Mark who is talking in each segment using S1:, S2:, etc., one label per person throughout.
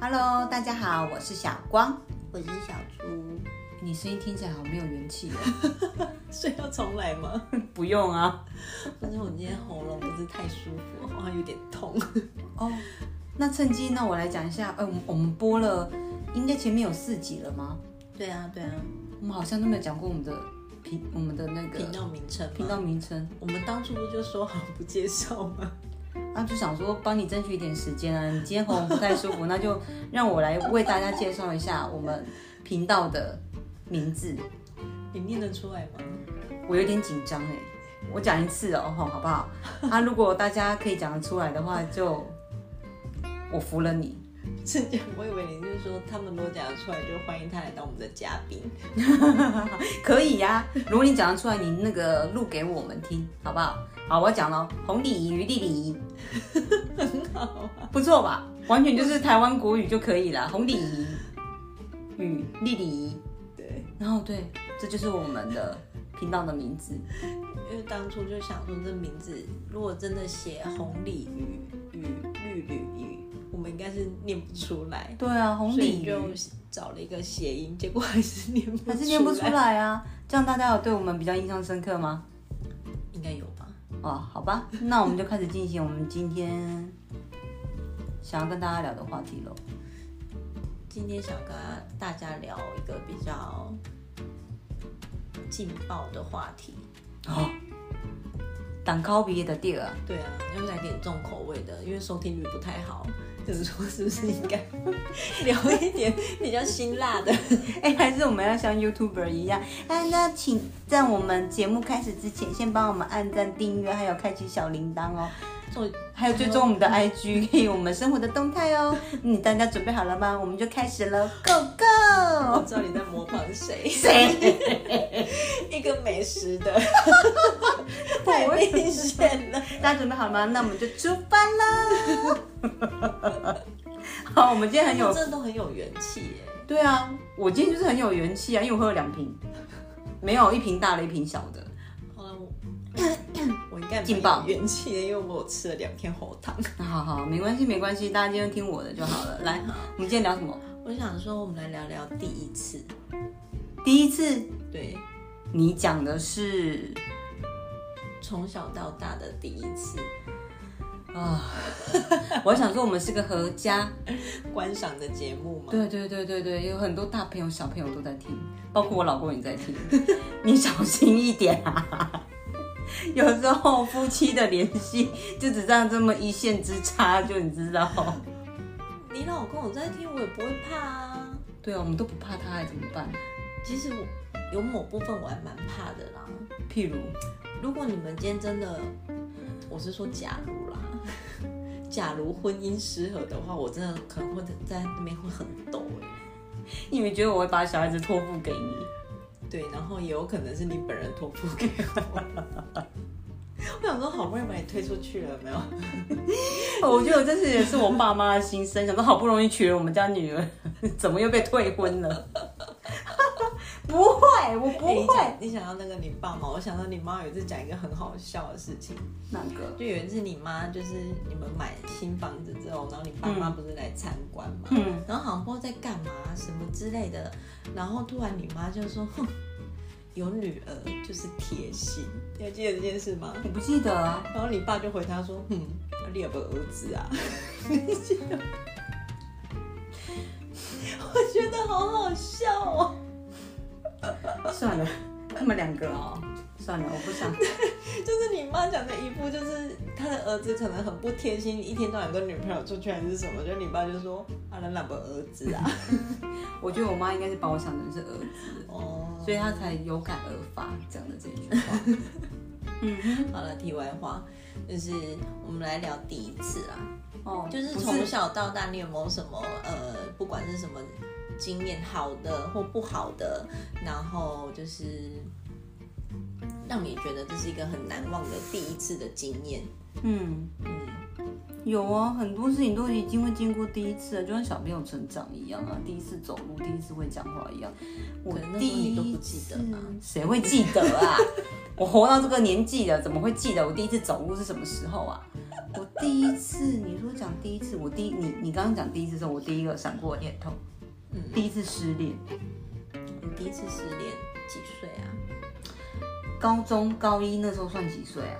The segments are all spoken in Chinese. S1: Hello，大家好，我是小光。
S2: 我是小 猪，
S1: 你声音听起来好没有元气哦。
S2: 所以要重来吗？
S1: 不用啊。
S2: 反正我今天喉咙不是太舒服，好像有点痛。
S1: 哦，那趁机那我来讲一下，呃，我们我们播了，应该前面有四集了吗？
S2: 对啊，对啊，
S1: 我们好像都没有讲过我们的频，我们的那个
S2: 频道名称吗，
S1: 频道名称
S2: 我们当初不就说好不介绍吗？
S1: 啊，就想说帮你争取一点时间啊。你今天喉咙不太舒服，那就让我来为大家介绍一下我们频道的名字。
S2: 你念得出来吗？
S1: 我有点紧张哎，我讲一次哦，吼好不好？ 啊，如果大家可以讲得出来的话，就我服了你。
S2: 这样，我以为你是说他们都讲得出来，就欢迎他来当我们的嘉宾。
S1: 可以呀、如果你讲得出来，你那个录给我们听，好不好？好，我讲了，红鲤鱼与绿鲤鱼，很好、不错吧？完全就是台湾国语就可以了，红鲤鱼与绿鲤鱼。
S2: 对，
S1: 然后对，这就是我们的频道的名字。
S2: 因为当初就想说这名字，如果真的写红鲤鱼与绿鲤鱼，我们应该是念不出来，
S1: 对啊，红
S2: 所以
S1: 鲤
S2: 你
S1: 鱼
S2: 就找了一个谐音，结果还是念不出
S1: 还是念不出来啊。这样大家有对我们比较印象深刻吗？
S2: 应该有吧？
S1: 哦，好吧，那我们就开始进行我们今天想要跟大家聊的话题喽。
S2: 今天想跟大家聊一个比较劲爆的话题。
S1: 哦，党考毕业的第二，
S2: 对啊，要来点重口味的，因为收听率不太好，就是说是不是应 该聊一点比较辛辣的？
S1: 哎，还是我们要像 YouTuber 一样，哎，那请在我们节目开始之前，先帮我们按赞、订阅，还有开启小铃铛哦，
S2: 做
S1: 还有追踪我们的 IG，可以我们生活的动态哦。你大家准备好了吗？我们就开始喽，Go
S2: 我
S1: Go！
S2: 知道你在模仿 谁？
S1: 谁？
S2: 一个美食的， 太
S1: 我
S2: 明显了。
S1: 大家准备好了吗？那我们就出发喽！ 好，我们今天很有
S2: 这都很有元气耶。
S1: 对啊，我今天就是很有元气啊，因为我喝了两瓶， 没有一瓶大的，一瓶小的。
S2: 好了，我我应该蛮
S1: 劲爆
S2: 有元气的，因为我有吃了两天喉糖。
S1: 那好好，没关系，没关系，大家今天听我的就好了。来，我们今天聊什么？
S2: 我想说，我们来聊聊第一次。
S1: 第一次
S2: 对，
S1: 你讲的是
S2: 从小到大的第一次
S1: 啊， 我想说我们是个合家，
S2: 观赏的节目嘛。
S1: 对对对对对，有很多大朋友小朋友都在听，包括我老公也在听， 你小心一点啊。 有时候夫妻的联系就只这样这么一线之差，就你知道。
S2: 你老公有在听，我也不会怕啊。
S1: 对啊，我们都不怕他，还怎么办？
S2: 其实我有某部分我还蛮怕的啦。
S1: 譬如，
S2: 如果你们今天真的，我是说假如啦， 假如婚姻失和的话，我真的可能会在那边会很抖哎、
S1: 你们觉得我会把小孩子托付给你？
S2: 对，然后也有可能是你本人托付给我。 我想说，好不容易把你推出去了，有没有？
S1: 哦我觉得这次也是我爸妈的心声，想说好不容易娶了我们家女儿， 怎么又被退婚了？ 不会，我
S2: 哎
S1: 不会
S2: 你讲。你想到那个你爸妈，我想到你妈有一次讲一个很好笑的事情，
S1: 哪个？
S2: 就有一次你妈就是你们买新房子之后，然后你爸妈不是来参观嘛，
S1: 嗯
S2: 然后好像不知道在干嘛什么之类的，然后突然你妈就说，哼，有女儿就是贴心，你还记得这件事吗？
S1: 我不记得啊。
S2: 然后你爸就回他说，嗯，啊你有没有儿子啊？ 你记得吗？我觉得好好笑哦，
S1: 算了，他们两个哦，算了，我不想。
S2: 就是你妈讲的一副，就是他的儿子可能很不贴心，一天到晚跟女朋友出去还是什么，就你爸就说啊，那哪个儿子啊？
S1: 我觉得我妈应该是把我想成是儿子，
S2: 哦，
S1: 所以她才有感而发讲的这一句话。嗯
S2: 好了，题外话，就是我们来聊第一次啦，
S1: 哼，哦，
S2: 就是
S1: 不
S2: 从小到大，你有没有什么呃，不管是什么经验，好的或不好的，然后就是让你觉得这是一个很难忘的第一次的经验。
S1: 嗯。
S2: 嗯，
S1: 有啊，很多事情都已经会经过第一次了，就像小朋友成长一样啊，第一次走路，第一次会讲话一样。我
S2: 可能那
S1: 第
S2: 时候你
S1: 一
S2: 都不记得啊
S1: 次谁会记得啊？我活到这个年纪了，怎么会记得我第一次走路是什么时候啊？我第一次，你说讲第一次，我第一你你刚刚讲第一次的时候，我第一个闪过的念头，
S2: 嗯
S1: 第一次失恋，
S2: 你第一次失恋几岁啊？
S1: 高中高一那时候算几岁啊？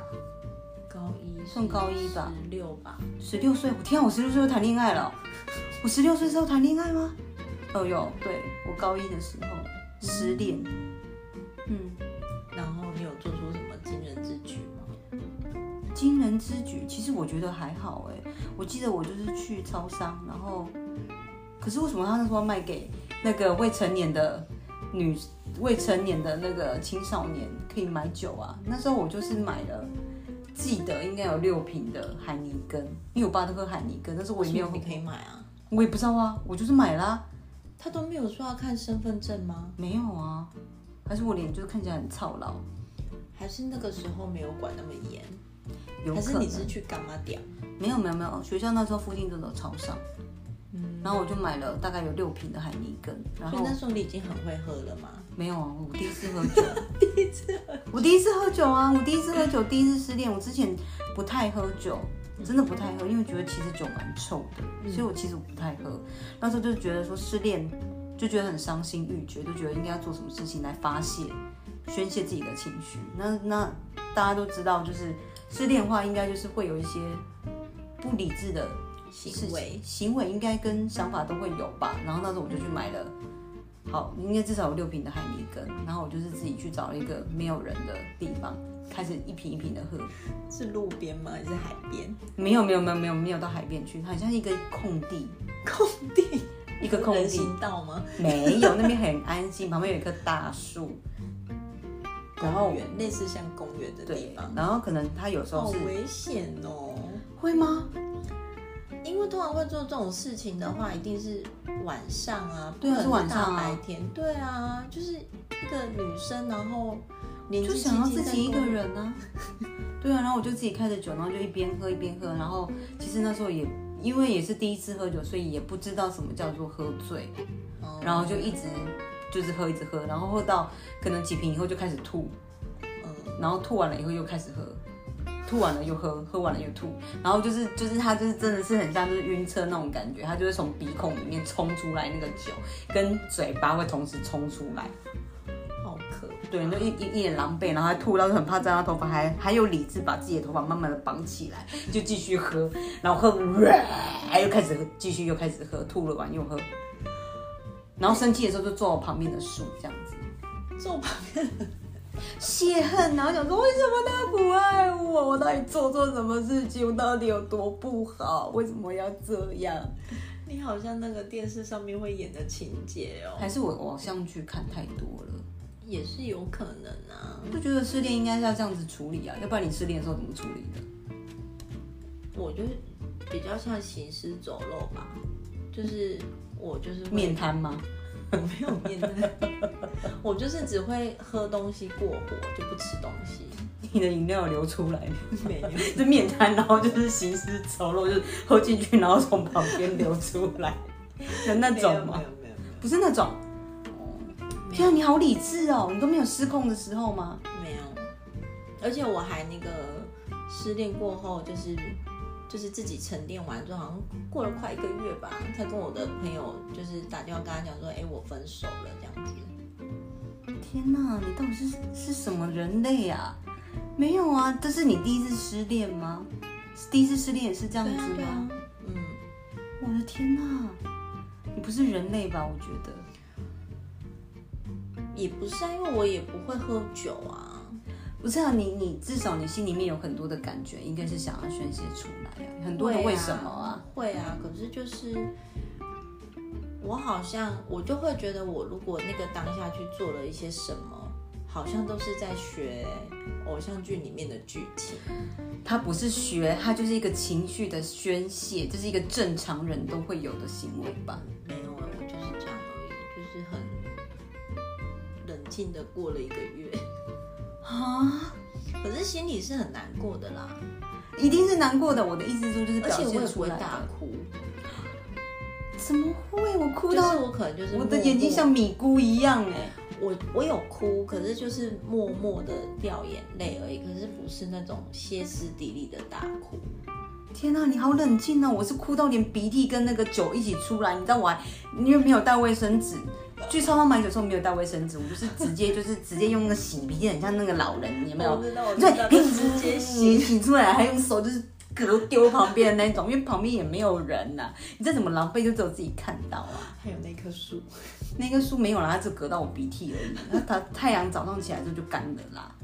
S2: 高一
S1: 算高一吧，
S2: 十六吧。
S1: 十六岁，我天、啊，我十六岁就谈恋爱了哦，我十六岁时候谈恋爱吗？哦哟，对我高一的时候失恋，嗯，
S2: 然后你有做出什么惊人之举吗？
S1: 嗯惊人之举，其实我觉得还好哎。我记得我就是去超商，然后，可是为什么他那时候要卖给那个未成年的女、未成年的那个青少年可以买酒啊？那时候我就是买了，记得应该有六瓶的海尼根，因为我爸都喝海尼根，但是我也没有
S2: 你，可以买啊。
S1: 我也不知道啊，我就是买啦、
S2: 他都没有说要看身份证吗？
S1: 没有啊，还是我脸就是看起来很操劳，
S2: 还是那个时候没有管那么严？
S1: 有
S2: 还
S1: 可
S2: 是
S1: 能
S2: 你是去干嘛屌？
S1: 没有没有没有，学校那时候附近都有超商。
S2: 嗯，
S1: 然后我就买了大概有六瓶的海尼根，然
S2: 所以
S1: 后
S2: 那时候你已经很会喝了吗？
S1: 没有啊，我第一次喝酒，我第一次喝酒啊，我第一次喝酒，第一次失恋，我之前不太喝酒，真的不太喝，因为觉得其实酒蛮臭的，
S2: 嗯
S1: 所以我其实我不太喝。那时候就觉得说失恋，就觉得很伤心欲绝，就觉得应该要做什么事情来发泄、宣泄自己的情绪。那那大家都知道，就是失恋的话，应该就是会有一些不理智的
S2: 行为
S1: 行为应该跟想法都会有吧。然后那时候我就去买了，好，应该至少有六瓶的海尼根。然后我就是自己去找了一个没有人的地方，开始一瓶一瓶的喝。
S2: 是路边吗？还是海边？
S1: 没有没有没有没有没有到海边去，它很像一个空地，
S2: 空地，
S1: 一个空
S2: 人
S1: 地。
S2: 行道吗？
S1: 没有，那边很安静，旁边有一棵大树。然后
S2: 公园，类似像公园的地
S1: 对
S2: 方，，
S1: 然后可能它有时
S2: 好
S1: 候是
S2: 危险哦。
S1: 会吗？
S2: 因为通常会做这种事情的话，一定是晚上啊，
S1: 对啊
S2: 不可能
S1: 是晚上啊
S2: 大白天，对啊，就是一个女生，然后年纪
S1: 就想要
S2: 轻
S1: 自
S2: 轻在
S1: 己一个
S2: 公园
S1: 人 啊。对啊，然后我就自己开着酒，然后就一边喝一边喝，然后其实那时候也因为也是第一次喝酒，所以也不知道什么叫做喝醉，
S2: 哦
S1: 然后就一直就是喝一直喝，然后喝到可能几瓶以后就开始吐，
S2: 嗯，
S1: 然后吐完了以后又开始喝，吐完了又喝，喝完了又吐，然后就是就是他就是真的是很像就是晕车那种感觉，他就会从鼻孔里面冲出来那个酒，跟嘴巴会同时冲出来，
S2: 好可怕
S1: 对，就一一一脸狼狈，然后还吐，然后很怕沾到头发，还还有理智把自己的头发慢慢的绑起来，就继续喝，然后喝，哇又开始喝，继续又开始喝，吐了完又喝，然后生气的时候就坐我旁边的树这样子。
S2: 坐旁边的
S1: 泄恨，然后想说为什么他不爱我？我到底做错什么事情？我到底有多不好？为什么要这样？
S2: 你好像那个电视上面会演的情节哦，
S1: 还是我偶像剧看太多了，
S2: 也是有可能啊。
S1: 不觉得失恋应该是要这样子处理啊？要不然你失恋的时候怎么处理的？
S2: 我就是比较像行尸走肉吧，就是我就是会
S1: 面瘫吗？
S2: 我没有面对， 我就是只会喝东西过火，就不吃东 西。
S1: 你的饮料有流出来吗，
S2: 没有，
S1: 是面瘫，然后就是行尸走肉，就是喝进去，然后从旁边流出 来的那种吗
S2: 没？有没有
S1: 不是那种。
S2: 没
S1: 天啊，你好理智哦！你都没有失控的时候吗？
S2: 没有没有，而且我还那个失恋过后，就是就是自己沉淀完之后，好像过了快一个月吧，才跟我的朋友就是打电话跟他讲说，哎、我分手了这样子。
S1: 天哪，你到底是是什么人类啊？没有啊，这是你第一次失恋吗？是第一次失恋也是这样子吗？
S2: 对啊，嗯，
S1: 我的天哪，你不是人类吧？我觉得
S2: 也不是啊，因为我也不会喝酒啊。
S1: 不是啊，你你至少你心里面有很多的感觉，应该是想要宣泄出来啊，很多的为什么啊？
S2: 会啊，可是就是我好像我就会觉得，我如果那个当下去做了一些什么，好像都是在学偶像剧里面的剧情。啊
S1: 它不是学，它就是一个情绪的宣泄，这是一个正常人都会有的行为吧？
S2: 没有啊，我就是这样而已，就是很冷静的过了一个月，
S1: 啊，
S2: 可是心里是很难过的啦，
S1: 一定是难过的。我的意思说就是
S2: 而
S1: 表
S2: 且我
S1: 现
S2: 也不
S1: 出
S2: 会
S1: 来
S2: 大
S1: 的。
S2: 哭，
S1: 怎么会？我哭
S2: 就是
S1: 到
S2: 我可能就是
S1: 我
S2: 默
S1: 的
S2: 默哦
S1: 眼睛像米姑一样哎、
S2: 我我有哭，可是就是默默的掉眼泪而已，可是不是那种歇斯底里的大哭。
S1: 天啊，你好冷静哦！我是哭到连鼻涕跟那个酒一起出来，你知道我还因为没有带卫生纸，去超市买酒的时候没有带卫生纸，我就是直接就是直接用那个洗鼻涕，很像那个老人，有没有
S2: 我？知道，哦我知
S1: 对
S2: 道，，就
S1: 你
S2: 直接
S1: 你
S2: 洗。
S1: 洗出来还用手就是给丢旁边的那种，因为旁边也没有人呐、你再怎么狼狈，就只有自己看到啊。
S2: 还有那棵树，
S1: 那棵树没有啦，它只隔到我鼻涕而已。那它太阳早上起来之后就干了啦。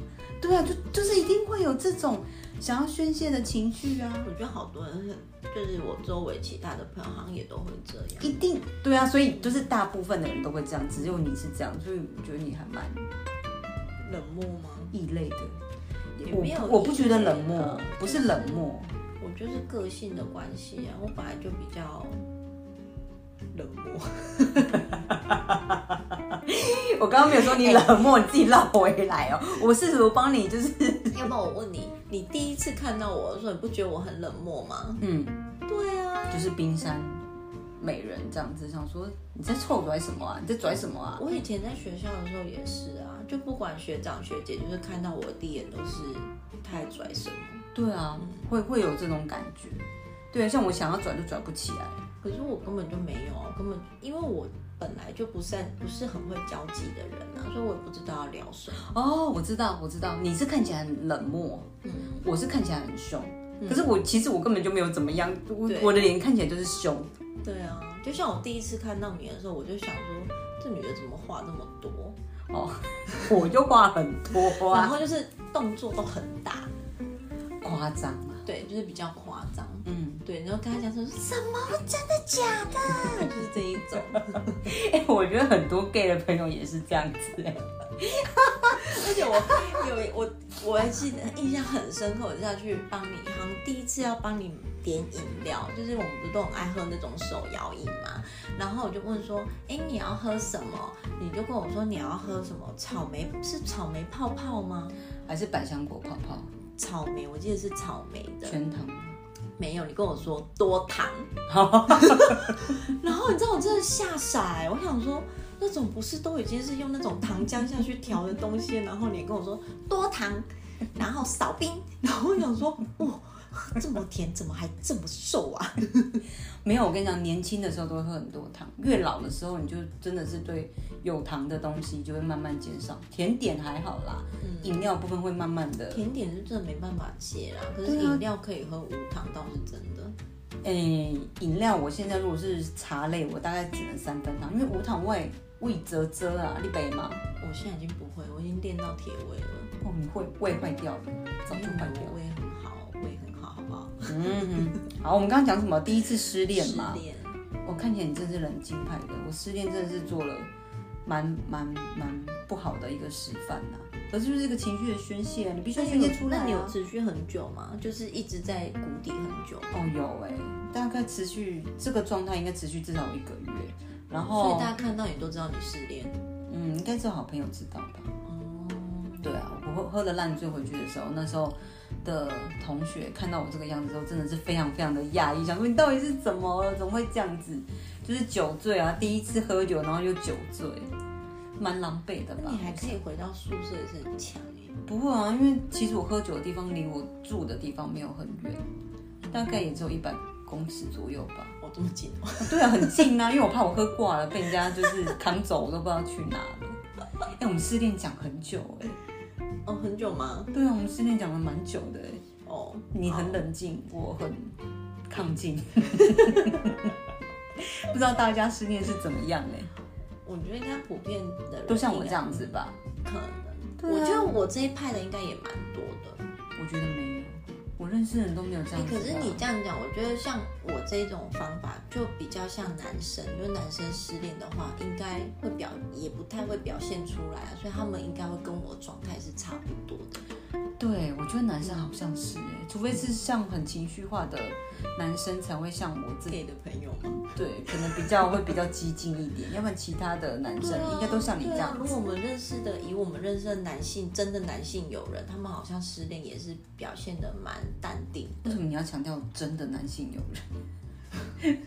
S1: 对啊，就就是一定会有这种想要宣泄的情绪啊。
S2: 我觉得好多人很，就是我周围其他的朋友好像也都会这样。
S1: 一定对啊，所以就是大部分的人都会这样，只有你是这样，所以我觉得你还蛮
S2: 冷漠吗？
S1: 异类的。
S2: 也
S1: 我
S2: 没有
S1: 不我不觉得冷
S2: 异类
S1: 漠
S2: 啊，
S1: 不是冷漠，
S2: 我就是个性的关系啊，我本来就比较冷漠。
S1: 我刚刚没有说你冷漠，你自己绕回来 哦。我试图帮你，就是
S2: 要不然我问你，你第一次看到我的时候，你不觉得我很冷漠吗？
S1: 嗯，
S2: 对啊，
S1: 就是冰山美人这样子，想说你在臭拽什么啊？你在拽什么啊？
S2: 我以前在学校的时候也是啊，就不管学长学姐，就是看到我第一眼都是太拽什么。
S1: 对啊，会会有这种感觉。对，像我想要拽就拽不起来。
S2: 可是我根本就没有啊，我根本因为我本来就不是不是很会交际的人啊，所以我也不知道要聊什么。
S1: 哦，我知道，我知道，你是看起来很冷漠，
S2: 嗯，
S1: 我是看起来很凶。可是我其实我根本就没有怎么样，我
S2: 对
S1: 我的脸看起来就是凶。
S2: 对啊，就像我第一次看到你的时候，我就想说，这女的怎么话那么多？
S1: 哦，我就话很多
S2: 然
S1: 啊，
S2: 后就是动作都很大，
S1: 夸张啊。
S2: 对，就是比较夸张。
S1: 嗯，
S2: 对，然后跟他讲说什么真的假的，就是这一种。
S1: 哎、我觉得很多 gay 的朋友也是这样子、哎，
S2: 而且我有我我还记得印象很深刻，我就要去帮你，好像第一次要帮你点饮料，就是我们不是都很爱喝那种手摇饮嘛。然后我就问说，哎，你要喝什么？你就跟我说你要喝什么草莓，是草莓泡泡吗？
S1: 还是百香果泡泡
S2: 草莓，我记得是草莓的，
S1: 全糖。
S2: 没有。你跟我说多 糖，
S1: 好，
S2: 然后你知道我真的吓傻哎、我想说那种不是都已经是用那种糖浆下去调的东西，然后你跟我说多糖，然后少冰， 然后我想说哇。这么甜，怎么还这么瘦啊？
S1: 没有，我跟你讲，年轻的时候都会喝很多糖，越老的时候你就真的是对有糖的东西就会慢慢减少。甜点还好啦，饮料部分会慢慢的。
S2: 甜点是真的没办法戒啦，可是
S1: 对啊
S2: 饮料可以喝无糖倒是真的。
S1: 哎、饮料我现在如果是茶类，我大概只能三分糖，因为无糖味味啧啧啊，你北吗？
S2: 我现在已经不会，我已经练到铁胃了，
S1: 哦，你会胃坏掉了，早就坏掉
S2: 我
S1: 了。
S2: 胃很好，胃很好，好不好？
S1: 嗯，好，我们刚刚讲什么？第一次失恋嘛
S2: 失。恋
S1: 我看起来你真是冷静派的，我失恋真的是做了蛮蛮蛮不好的一个示范呐、可是就是一个情绪的宣泄、啊，你必须要宣泄出来、啊。
S2: 那你有持续很久吗？就是一直在谷底很久，
S1: 哦，有哎、大概持续这个状态应该持续至少一个月，然
S2: 所以
S1: 后
S2: 大家看到你都知道你失恋。
S1: 嗯，应该只有好朋友知道吧。
S2: 哦，
S1: 对啊，我喝喝了烂醉回去的时候，那时候的同学看到我这个样子之后，真的是非常非常的讶异，想说你到底是怎么了，怎么会这样子？就是酒醉啊，第一次喝酒，然后又酒醉，蛮狼狈的吧
S2: 那你？还可以回到宿舍也是很强耶。
S1: 不会啊，因为其实我喝酒的地方离我住的地方没有很远，大概也只有一百公尺左右吧。
S2: 我哦这么紧，
S1: 对啊，很近啊，因为我怕我喝挂了，被人家就是扛走，我都不知道去哪了。 哎、我们失恋讲很久哎、
S2: 哦，很久吗？
S1: 对啊，我们失恋讲了蛮久的哎、
S2: 哦，
S1: 你
S2: 好
S1: 很冷静，我很亢进。 不知道大家失恋是怎么样哎、
S2: 我觉得应该普遍的人
S1: 都像我这样子吧？
S2: 应该，可能。
S1: 对啊
S2: 我觉得我这一派的应该也蛮多的。欸
S1: 我觉得没有，我认识的人都没有这样子、
S2: 啊哎
S1: 啊
S2: 可是你，这样讲，我觉得像我这种方法就比较像男生，就是男生失恋的话，应该会表也不太会表现出来啊，所以他们应该会跟我状态是差不多的。
S1: 对我觉得男生好像是哎、除非是像很情绪化的男生才会像我这
S2: 给的朋友吗？
S1: 对，可能比较会比较激进一点，要不然其他的男生
S2: 对啊
S1: 应该都像你这
S2: 对啊
S1: 样
S2: 如
S1: 子。
S2: 果我们认识的，以我们认识的男性，真的男性友人，他们好像失恋也是表现的蛮淡定
S1: 为
S2: 的。
S1: 什么你要强调真的男性友人？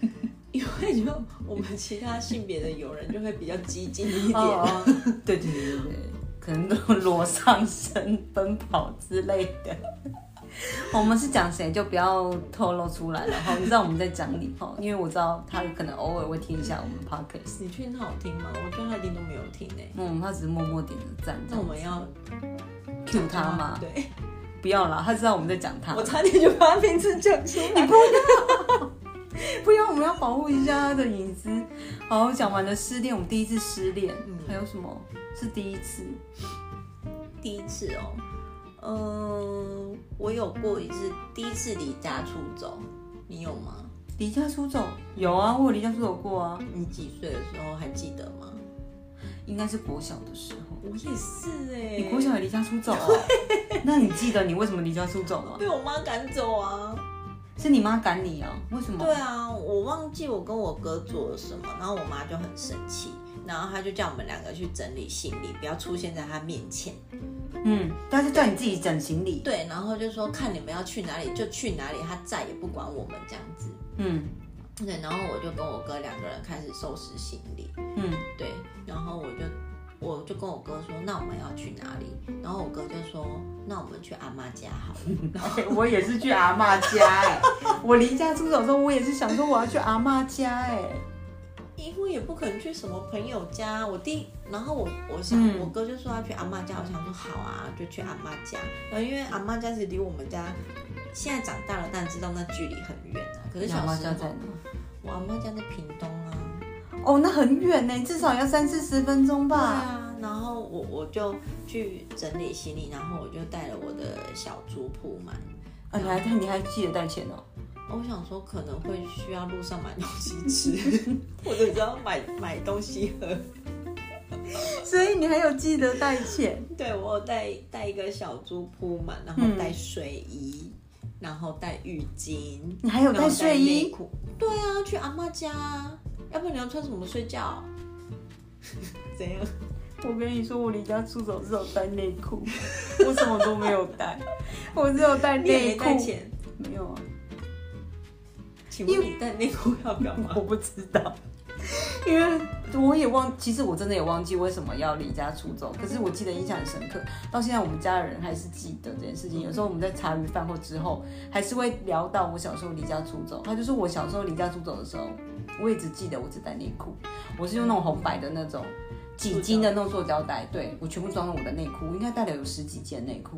S2: 因为就我们其他性别的友人就会比较激进一 点，
S1: 哦，对对对对对，可能都裸上身奔跑之类的。 我们是讲谁就不要透露出来了哈，你知道我们在讲你哈，因为我知道他可能偶尔会听一下我们 podcast，
S2: 你确定他好听吗？我觉得他一定都没有听诶、
S1: 嗯，他只是默默点个赞。
S2: 那我们要
S1: Q 他吗？
S2: 对，
S1: 不要啦，他知道我们在讲他
S2: 我。差点就把他名字讲出来。
S1: 不要，我们要保护一下他的隐私。好，讲完了失恋，我们第一次失恋，
S2: 嗯
S1: 还有什么是第一次？
S2: 第一次哦，嗯，我有过一次第一次离家出走，你有吗？
S1: 离家出走？有啊，我有离家出走过啊，
S2: 你几岁的时候还记得吗？
S1: 应该是国小的时候。
S2: 我也是哎、
S1: 你国小也离家出走哦？那你记得你为什么离家出走吗？
S2: 被我妈赶走啊。
S1: 是你妈赶你啊？为什么？
S2: 对啊，我忘记我跟我哥做了什么，然后我妈就很生气，然后她就叫我们两个去整理行李，不要出现在她面前。
S1: 嗯，但是叫你自己整行李。
S2: 对，然后就说看你们要去哪里就去哪里，她再也不管我们这样子。
S1: 嗯
S2: 对，然后我就跟我哥两个人开始收拾行李。
S1: 嗯，
S2: 对，然后我就我就跟我哥说，那我们要去哪里？然后我哥就说，那我们去阿妈家好了。
S1: 我也是去阿妈家哎、 我离家出走的时候，我也是想说我要去阿妈家哎、
S2: 因为也不可能去什么朋友家，我弟，然后我我想、
S1: 嗯
S2: 我哥就说要去阿妈家，我想说好啊，就去阿妈家。然后因为阿妈家是离我们家现在长大了，但知道那距离很远啊。可是
S1: 你
S2: 小
S1: 阿妈
S2: 时
S1: 家
S2: 候
S1: 在哪？
S2: 我阿妈家在屏东啊，
S1: 哦，那很远呢、至少要三四十分钟吧。
S2: 对啊。然后我我就去整理行李，然后我就带了我的小猪铺满。
S1: 啊，你还你还记得带钱哦？
S2: 我想说可能会需要路上买东 西吃，或者是要买买东西喝。
S1: 所以你还有记得带钱？
S2: 对我有带带一个小猪铺满，然后
S1: 嗯
S2: 带睡衣，然后带浴巾，
S1: 你还有
S2: 然后
S1: 带睡
S2: 内
S1: 衣？
S2: 裤。对啊，去阿妈家啊，要不然你要穿什么睡觉？ 怎样？
S1: 我跟你说，我离家出走只有带内裤，我什么都没有带，我只有带
S2: 你也没
S1: 内裤。
S2: 带钱？
S1: 没有啊，
S2: 请问你带内裤要干嘛
S1: 我？不知道，因为我也忘，其实我真的也忘记为什么要离家出走，可是我记得印象很深刻，到现在我们家人还是记得这件事情。有时候我们在茶余饭后之后，还是会聊到我小时候离家出走。他就说我小时候离家出走的时候，我也只记得我只带内裤，我是用那种红白的那种。几斤的那种塑胶袋，对我全部装了我的内裤，我应该带了有十几件内裤。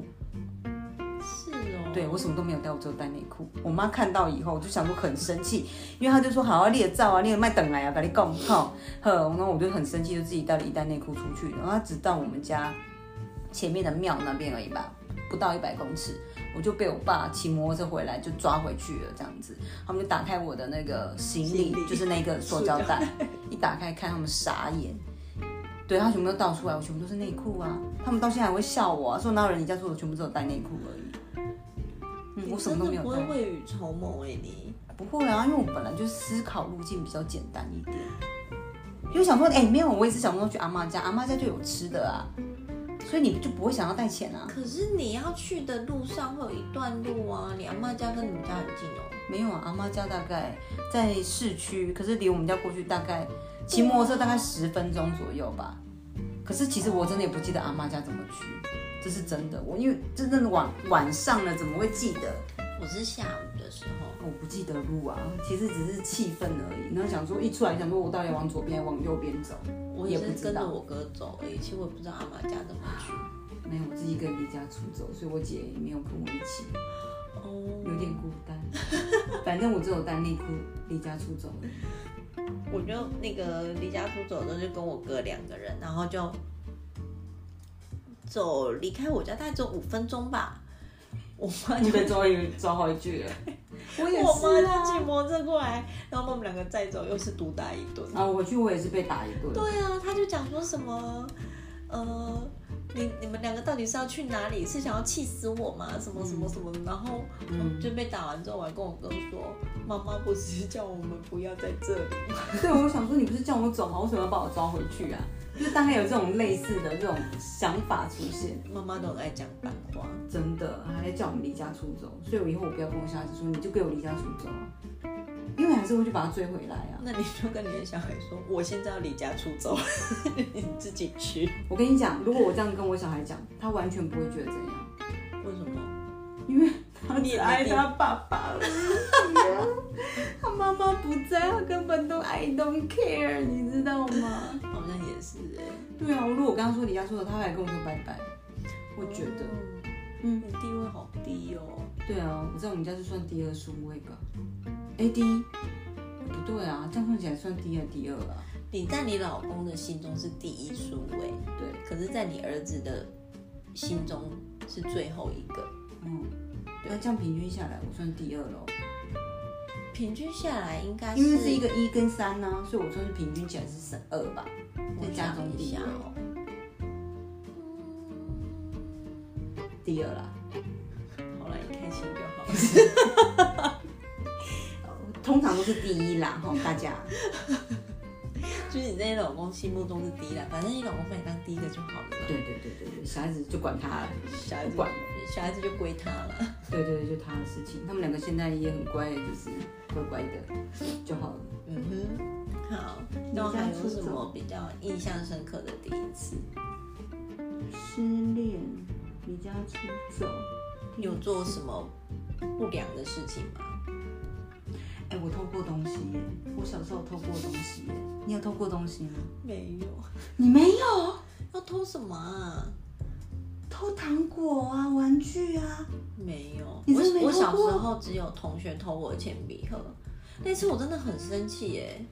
S2: 是哦，
S1: 对我什么都没有带，我只有带内裤。我妈看到以后，我就想说很生气，因为她就说：“好啊，你也照啊，你也卖等来啊，把你供吼呵。”然后我就很生气，就自己带了一袋内裤出去，然后她只到我们家前面的庙那边而已吧，不到一百公尺，我就被我爸骑摩托车回来就抓回去了，这样子。他们就打开我的那个行李，
S2: 行李
S1: 就是那个塑胶袋，一打开看他们傻眼。对，他全部都倒出来，我全部都是内裤啊！他们到现在还会笑我啊，说哪有人家说我全部只有带内裤而已。嗯，我什么都没有
S2: 你真的
S1: 带
S2: 不。会未雨绸缪哎、你
S1: 不会啊，因为我本来就思考路径比较简单一点，因为想说，哎、没有，我也是想说去阿妈家，阿妈家就有吃的啊，所以你就不会想要带钱啊？
S2: 可是你要去的路上会有一段路啊，你阿妈家跟你们家很近哦。
S1: 没有啊，阿妈家大概在市区，可是离我们家过去大概骑摩托车大概十分钟左右吧。可是其实我真的也不记得阿妈家怎么去，这是真的。我因为真正的晚晚上了，怎么会记得？
S2: 我是下午的时候，
S1: 我不记得路啊，其实只是气愤而已。然后想说一出来想说我到底要往左边还是往右边走，
S2: 我
S1: 也
S2: 也
S1: 不
S2: 是
S1: 知
S2: 跟着
S1: 道
S2: 我哥走而已，其实我也不知道阿妈家怎么去。
S1: 没有，我自己一个人离家出走，所以我姐也没有跟我一起，
S2: 哦，
S1: 有点孤单。 反正我只有带内裤离家出走而已。
S2: 我就那个离家出走的时候，就跟我哥两个人，然后就走离开我家，大概只有五分钟吧。我 妈就
S1: 被终于抓回去了， 我也
S2: 我妈
S1: 是
S2: 就
S1: 啊
S2: 骑。摩托车过来，然后把我们两个载走，又是毒打一顿。
S1: 啊，我去我也是被打一顿。
S2: 对啊，他就讲说什么，呃，你你们两个到底是要去哪里？是想要气死我吗？什么什么什么的？然后
S1: 嗯
S2: 我就被打完之后，我还跟我哥说，妈妈不是叫我们不要在这里吗？
S1: 对，我想说你不是叫我走吗？为什么要把我抓回去啊？就是大概有这种类似的这种想法出现，
S2: 妈妈都很爱讲反话。
S1: 真的还叫我们离家出走，所以我以后我不要跟我小孩子说，你就给我离家出走。啊因为还是会去把它追回来啊。
S2: 那你就跟你的小孩说，我现在要离家出走， 你自己去。
S1: 我跟你讲，如果我这样跟我小孩讲，他完全不会觉得怎样，
S2: 为什么？
S1: 因为他
S2: 你
S1: 只爱他爸爸了， 他妈妈不在，他根本都 I don't care，你知道吗？
S2: 好像也是哎、
S1: 对啊，如果我跟他说离家出走，他还跟我说拜拜，我觉得，
S2: 嗯，你地位好低哦。
S1: 对啊，我在我们家就算第二顺位吧。哎，第一，不对啊，这样算起来算第二第二啊。
S2: 你在你老公的心中是第一顺位，
S1: 对，
S2: 可是，在你儿子的心中是最后一个。
S1: 嗯，那这样平均下来，我算第二喽。
S2: 平均下来应该
S1: 因为是一个一跟三呢、所以我算是平均起来是十二吧，
S2: 我
S1: 再加
S2: 想
S1: 中
S2: 一
S1: 第啊
S2: 下
S1: 二，
S2: 哦，
S1: 第二啦。
S2: 好了， 你开心就好。
S1: 通常都是第一啦，吼，大家。
S2: 就是你在你老公心目中是第一啦，反正你老公把你当第一个就好了嘛。
S1: 对对对对对，小孩子就管他了，
S2: 小孩
S1: 不
S2: 子
S1: 管了。
S2: 小孩子就归他了。
S1: 对对对，就他的事情。他们两个现在也很乖，就是乖乖的就好了。
S2: 嗯哼，好。
S1: 家
S2: 那还有
S1: 出
S2: 什
S1: 走
S2: 么比较印象深刻的第一次？
S1: 失恋，离家出走。
S2: 有做什么不良的事情吗？
S1: 哎、我偷过东西耶！我小时候偷过东西耶！你有偷过东西吗？
S2: 没有。
S1: 你没有
S2: 要偷什么啊？
S1: 偷糖果啊、玩具啊。
S2: 没有。
S1: 你真的没
S2: 我
S1: 偷过
S2: 我小时候只有同学偷我的铅笔盒，那次我真的很生气耶、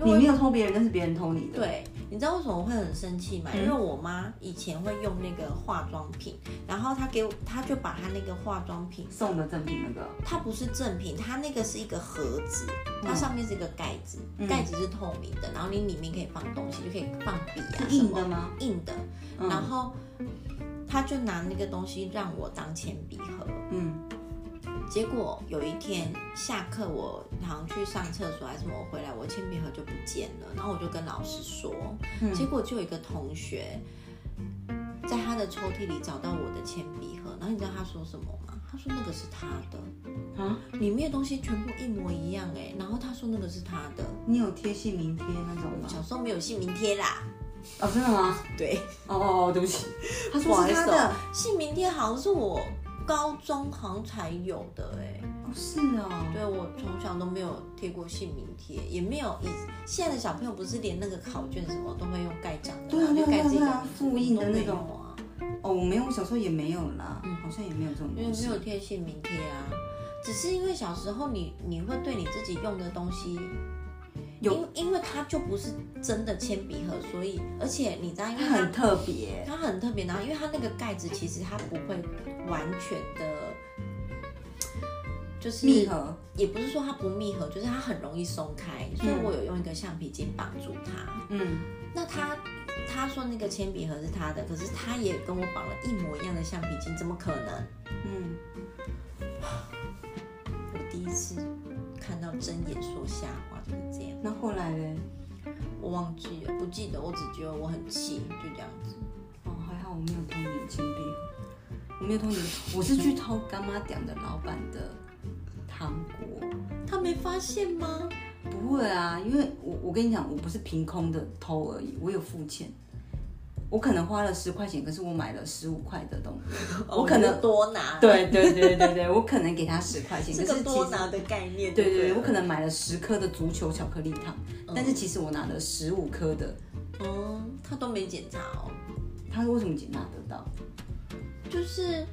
S2: 因
S1: 你
S2: 为
S1: 没有偷别人，但是别人偷你的。
S2: 对，你知道为什么我会很生气吗？
S1: 嗯
S2: 因为我妈以前会用那个化妆品，然后她给我，她就把她那个化妆品
S1: 送的赠品那个。
S2: 它不是正品，它那个是一个盒子，它上面是一个盖子，
S1: 嗯
S2: 盖子是透明的，然后你里面可以放东西，就可以放笔啊
S1: 是
S2: 什
S1: 硬
S2: 么
S1: 的吗？
S2: 硬的，
S1: 嗯
S2: 然后他就拿那个东西让我当铅笔盒。
S1: 嗯
S2: 结果有一天下课，我好像去上厕所还是什么，我回来我铅笔盒就不见了，然后我就跟老师说，
S1: 嗯
S2: 结果就有一个同学在他的抽屉里找到我的铅笔盒，然后你知道他说什么吗？他说那个是他的。
S1: 啊，
S2: 里面的东西全部一模一样哎、然后他说那个是他的，
S1: 你有贴姓名贴那种吗？
S2: 小时候没有姓名贴啦，
S1: 哦，真的吗？
S2: 对，
S1: 哦哦哦，对不起，他
S2: 不
S1: 说
S2: 好意
S1: 是他
S2: 思、
S1: 的
S2: 哦，，姓名贴好像是我高中好像才有的哎、
S1: 哦是哦，
S2: 对我从小都没有贴过姓名贴，也没有以现在的小朋友不是连那个考卷什么都会用盖章的
S1: 对啊
S2: 嘛，就
S1: 对啊
S2: 盖自己
S1: 对
S2: 的
S1: 啊
S2: 名字
S1: 复印的那种
S2: 都没有啊，
S1: 哦，我没有，我小时候也没有啦，好像嗯也没有这种
S2: 因为
S1: 东西
S2: 没。有贴姓名贴啊，只是因为小时候你你会对你自己用的东西
S1: 有，
S2: 因因为它就不是真的铅笔盒，所以而且你知道，因为
S1: 它
S2: 它
S1: 很特别，
S2: 它很特别，然后因为它那个盖子其实它不会完全的，就是
S1: 密，合，
S2: 也不是说它不密合，就是它很容易松开，所以我有用一个橡皮筋绑住它。
S1: 嗯，
S2: 那他他说那个铅笔盒是他的，可是他也跟我绑了一模一样的橡皮筋，怎么可能？
S1: 嗯，
S2: 我第一次看到睁眼说瞎话就是这样，
S1: 那后来嘞？
S2: 我忘记了，不记得，我只觉得我很气，就这样子。
S1: 哦，还好我没有偷你的铅笔盒，我没有偷你的，我是去偷干妈店的老板的糖果。
S2: 他没发现吗？
S1: 不会啊，因为我我跟你讲，我不是凭空的偷而已，我有付钱。我可能花了十块钱，可是我买了十五块的东西。 我可能
S2: 哦多拿，，
S1: 对对对对对，我可能给他十块钱，
S2: 这
S1: 可
S2: 个
S1: 是其
S2: 多
S1: 实
S2: 拿的概念，
S1: 对对对，
S2: 不
S1: 我可能买了十颗的足球巧克力糖，但是其实我拿了十五颗的。
S2: 哦，他都没检查哦，
S1: 他为什么拿得到？
S2: 就是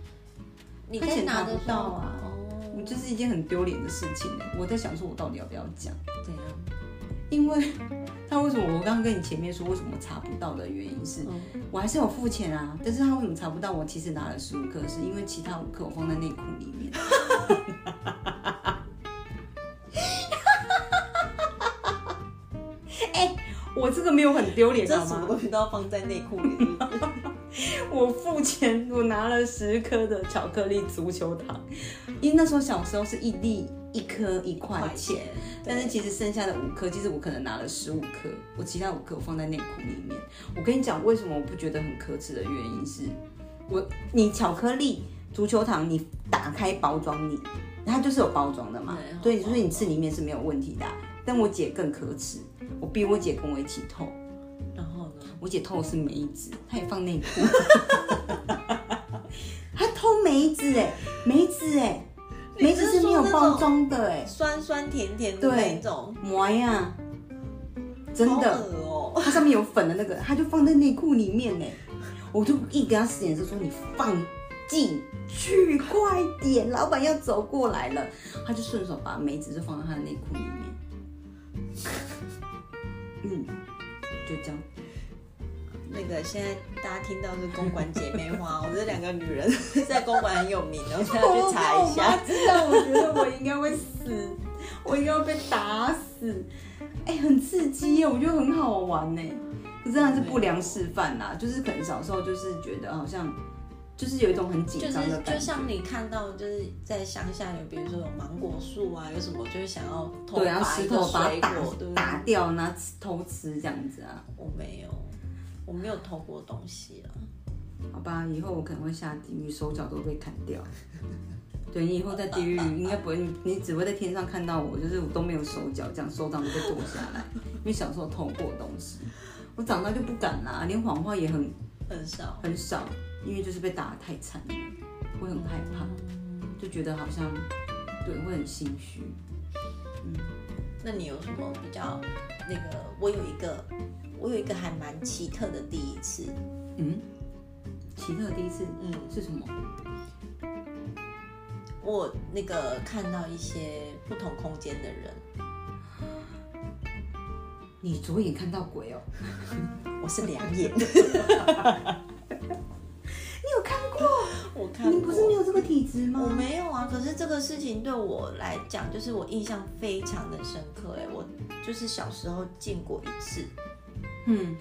S2: 你
S1: 他
S2: 在
S1: 检
S2: 拿
S1: 查
S2: 的
S1: 不
S2: 时
S1: 到
S2: 候
S1: 啊我
S2: 哦，
S1: 这是一件很丢脸的事情欸我在想说，我到底要不要讲？
S2: 怎样？
S1: 因为他为什么我刚刚跟你前面说为什么查不到的原因是，
S2: 嗯
S1: 我还是有付钱啊，但是他为什么查不到我？其实拿了十五克，是因为其他五克我放在内裤里面。 哎、我这个没有很丢脸，知
S2: 这
S1: 道
S2: 什么
S1: 吗？嗯
S2: 东西都要放在内裤里，是不是
S1: 我付钱，我拿了十颗的巧克力足球糖，因为那时候小时候是一粒一颗一块
S2: 块
S1: 钱，
S2: 钱，
S1: 但是其实剩下的五颗，其实我可能拿了十五颗，我其他五颗我放在内裤里面。我跟你讲，为什么我不觉得很可耻的原因是，我你巧克力足球糖，你打开包装你，它就是有包装的嘛，
S2: 对
S1: 对，所以你吃里面是没有问题的啊、但我姐更可耻，我逼我姐跟我一起透，
S2: 然后呢？
S1: 我姐偷的是梅子，她也放内裤， 她偷梅子哎、梅子哎、梅子是没有包装的哎、
S2: 酸酸甜甜的那种，
S1: 欸，呀、啊，真
S2: 好
S1: 的，
S2: 恶哦。
S1: 它上面有粉的那个，她就放在内裤里面哎、我就一给她使眼色说你放进去快点，老板要走过来了，她就顺手把梅子就放到她的内裤里面，嗯，就这样。
S2: 那个现在大家听到是公馆姐妹花，我这两个女人 在公馆很有名的，我现在要去查一
S1: 哦我妈
S2: 下。
S1: 知道，我觉得我应该会死，我应该会被打死。哎、很刺激耶，我觉得很好玩呢。可真的是不良示范啦，就是可能小时候就是觉得好像就是有一种很紧
S2: 就是
S1: 张的感
S2: 就
S1: 觉。
S2: 像你看到就是在乡下有，比如说有芒果树啊，有什么就是想要偷
S1: 对，然后
S2: 拔
S1: 石
S2: 一
S1: 头
S2: 个
S1: 把它
S2: 水
S1: 打
S2: 果，对不对？
S1: 打掉，拿吃偷吃这样子啊？
S2: 我没有，我没有偷过东西啊。
S1: 好吧，以后我可能会下地狱，手脚都被砍掉。 对你以后在地狱应该不会，你你只会在天上看到我，就是我都没有手脚，这样手掌都被剁下来，因为小时候偷过东西。我长大就不敢啦，连谎话也很
S2: 很少。
S1: 很少，因为就是被打得太惨了，会很害怕，就觉得好像对会很心虚。
S2: 那你有什么比较那个？我有一个，我有一个还蛮奇特的第一次，
S1: 嗯，奇特第一次
S2: 嗯，
S1: 是什么？
S2: 我那个看到一些不同空间的人，
S1: 你左眼看到鬼哦、
S2: 我是两 眼，
S1: 你有看过？
S2: 我看
S1: 你不是没
S2: 过。
S1: 有这个体质吗？
S2: 我没有啊，可是这个事情对我来讲，就是我印象非常的深刻、哎，我就是小时候见过一次，
S1: 嗯，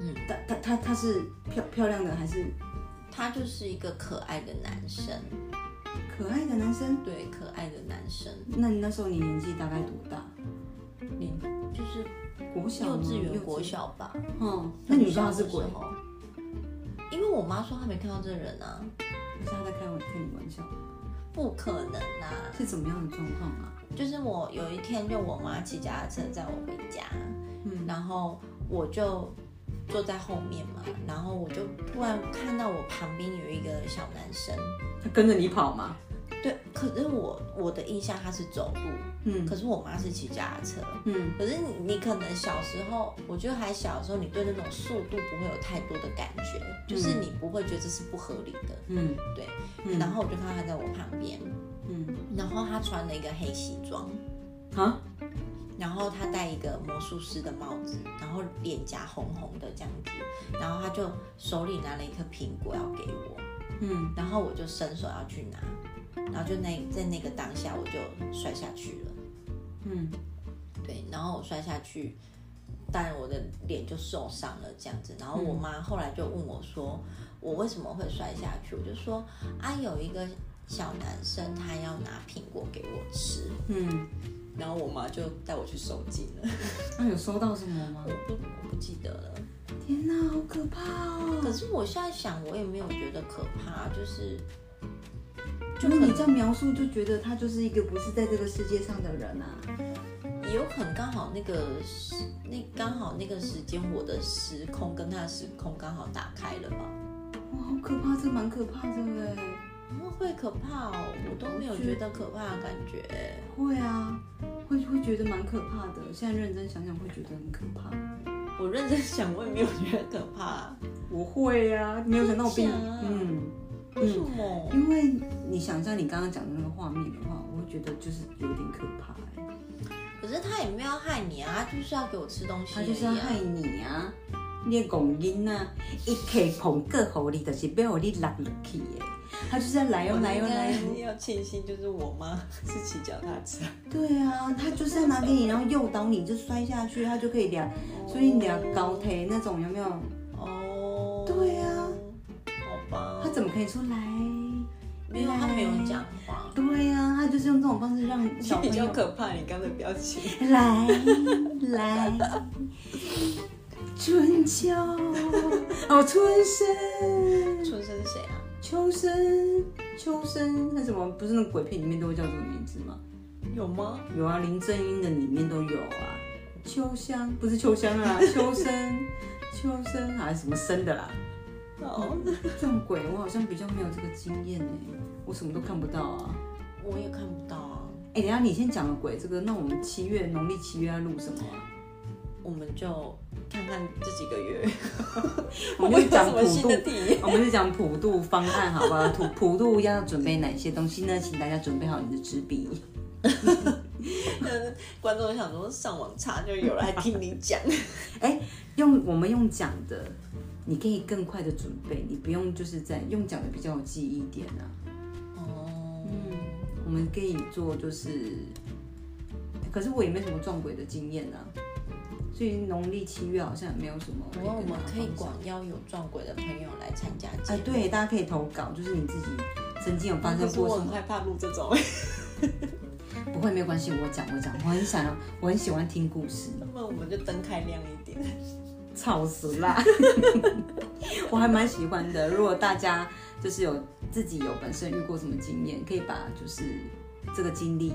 S1: 嗯
S2: 嗯，
S1: 她她她她是漂漂亮的还是
S2: 他就是一个可爱的男生，
S1: 可爱的男生？
S2: 对，可爱的男生，
S1: 那你那时候你年纪大概多大？
S2: 你就是
S1: 国小吗
S2: 幼稚园、
S1: 幼
S2: 国。小吧。
S1: 嗯，那你知道他是鬼
S2: 小的时
S1: 吗？
S2: 候？因为我妈说她没看到这人啊，
S1: 可是他在开玩开你玩笑，
S2: 不可能啊！
S1: 是怎么样的状况啊？
S2: 就是我有一天，就我妈骑脚踏车载我回家，
S1: 嗯
S2: 然后我就坐在后面嘛，然后我就突然看到我旁边有一个小男生，
S1: 他跟着你跑吗？
S2: 对，可是我我的印象他是走路，
S1: 嗯
S2: 可是我妈是骑脚踏车。
S1: 嗯
S2: 可是你你可能小时候，我觉得还小的时候，你对那种速度不会有太多的感觉，就是你不会觉得这是不合理的。
S1: 嗯
S2: 对，
S1: 嗯
S2: 然后我就看到他在我旁边，
S1: 嗯
S2: 然后他穿了一个黑西装，
S1: 啊，
S2: 然后他戴一个魔术师的帽子，然后脸颊红红的这样子，然后他就手里拿了一颗苹果要给我，
S1: 嗯
S2: 然后我就伸手要去拿，然后就那在那个当下我就摔下去了，
S1: 嗯
S2: 对，然后我摔下去，当然我的脸就受伤了这样子。然后我妈后来就问我说，我为什么会摔下去？我就说啊，有一个小男生他要拿苹果给我吃，
S1: 嗯，
S2: 然后我妈就带我去收金了，
S1: 那啊有收到什么吗
S2: 我？不我不记得了。
S1: 天哪，好可怕哦！
S2: 可是我现在想，我也没有觉得可怕，就是
S1: 就你这样描述，就觉得他就是一个不是在这个世界上的人啊。
S2: 也有可能刚好那个时那刚好那个时间我的时空跟他的时空刚好打开了吧。
S1: 哇，好可怕，这蛮可怕的哎。
S2: 怎么会可怕哦？我都没有觉得可怕的感觉。
S1: 会啊，会会觉得蛮可怕的。现在认真想想，会觉得很可怕。
S2: 我认真想，我也没有觉得可怕。
S1: 我会啊，没有想到我比你
S2: 真假
S1: 嗯，
S2: 为什么？
S1: 因为你想象你刚刚讲的那个画面的话，我会觉得就是有点可怕、欸。
S2: 可是他也没有要害你啊，他就是要给我吃东西、
S1: 他就是要害。你啊，你拱音啊，一刻捧个互你，就是要互你落落去的。他就是要来
S2: 我
S1: 哦来哦来哦
S2: 应该要庆幸，就是我妈是骑脚踏车，
S1: 对啊，他就是要拿给你，然后诱导你就摔下去，他就可以俩，所以俩高腿那种有没有？
S2: 哦。
S1: 对啊，
S2: 好吧。
S1: 他怎么可以说来？啊
S2: 没有？他没有讲话，
S1: 对呀、他就是用这种方式让小
S2: 比
S1: 朋
S2: 较
S1: 友
S2: 可怕。你刚才表情，
S1: 来来，春秋哦，春生，
S2: 春生谁啊？
S1: 秋生，秋生那什么不是那个鬼片里面都会叫这个名字吗？
S2: 有吗？
S1: 有啊，林正英的里面都有啊。秋香不是秋香啊，秋生，秋生还、啊、什么生的啦？
S2: 哦，
S1: 撞鬼我好像比较没有这个经验呢，我什么都看不到啊。
S2: 我也看不到啊。
S1: 哎、等一下你先讲了鬼这个，那我们七月农历七月要录什么啊、
S2: 我们就看看这几个 月
S1: 我
S2: 会
S1: 们
S2: 有
S1: 就讲
S2: 什
S1: 普
S2: 么新的
S1: 渡，
S2: 体验。
S1: 我们就讲普渡方案，好不好？普普渡要准备哪些东西呢？请大家准备好你的纸笔。
S2: 观众想说上网查就有了，还听你 讲。
S1: 用我们用讲的，你可以更快的准备，你不用就是在用讲的比较有记忆点啊。
S2: 哦，
S1: 我们可以做就是，可是我也没什么撞鬼的经验啊，所以农历七月好像也没有什么可以
S2: 然
S1: 跟大家
S2: 后哦我
S1: 分享。
S2: 们可以广邀有撞鬼的朋友来参加节
S1: 啊
S2: 目。，
S1: 对，大家可以投稿，就是你自己曾经有发生
S2: 可是
S1: 过
S2: 我
S1: 什
S2: 很
S1: 么？
S2: 害怕录这种。
S1: 不会，没有关系，我讲我讲，我很想要，我很喜欢听故事，
S2: 那么我们就灯开亮一点。
S1: 吵死啦！ 我还蛮喜欢的。如果大家就是有自己有本身遇过什么经验，可以把就是这个经历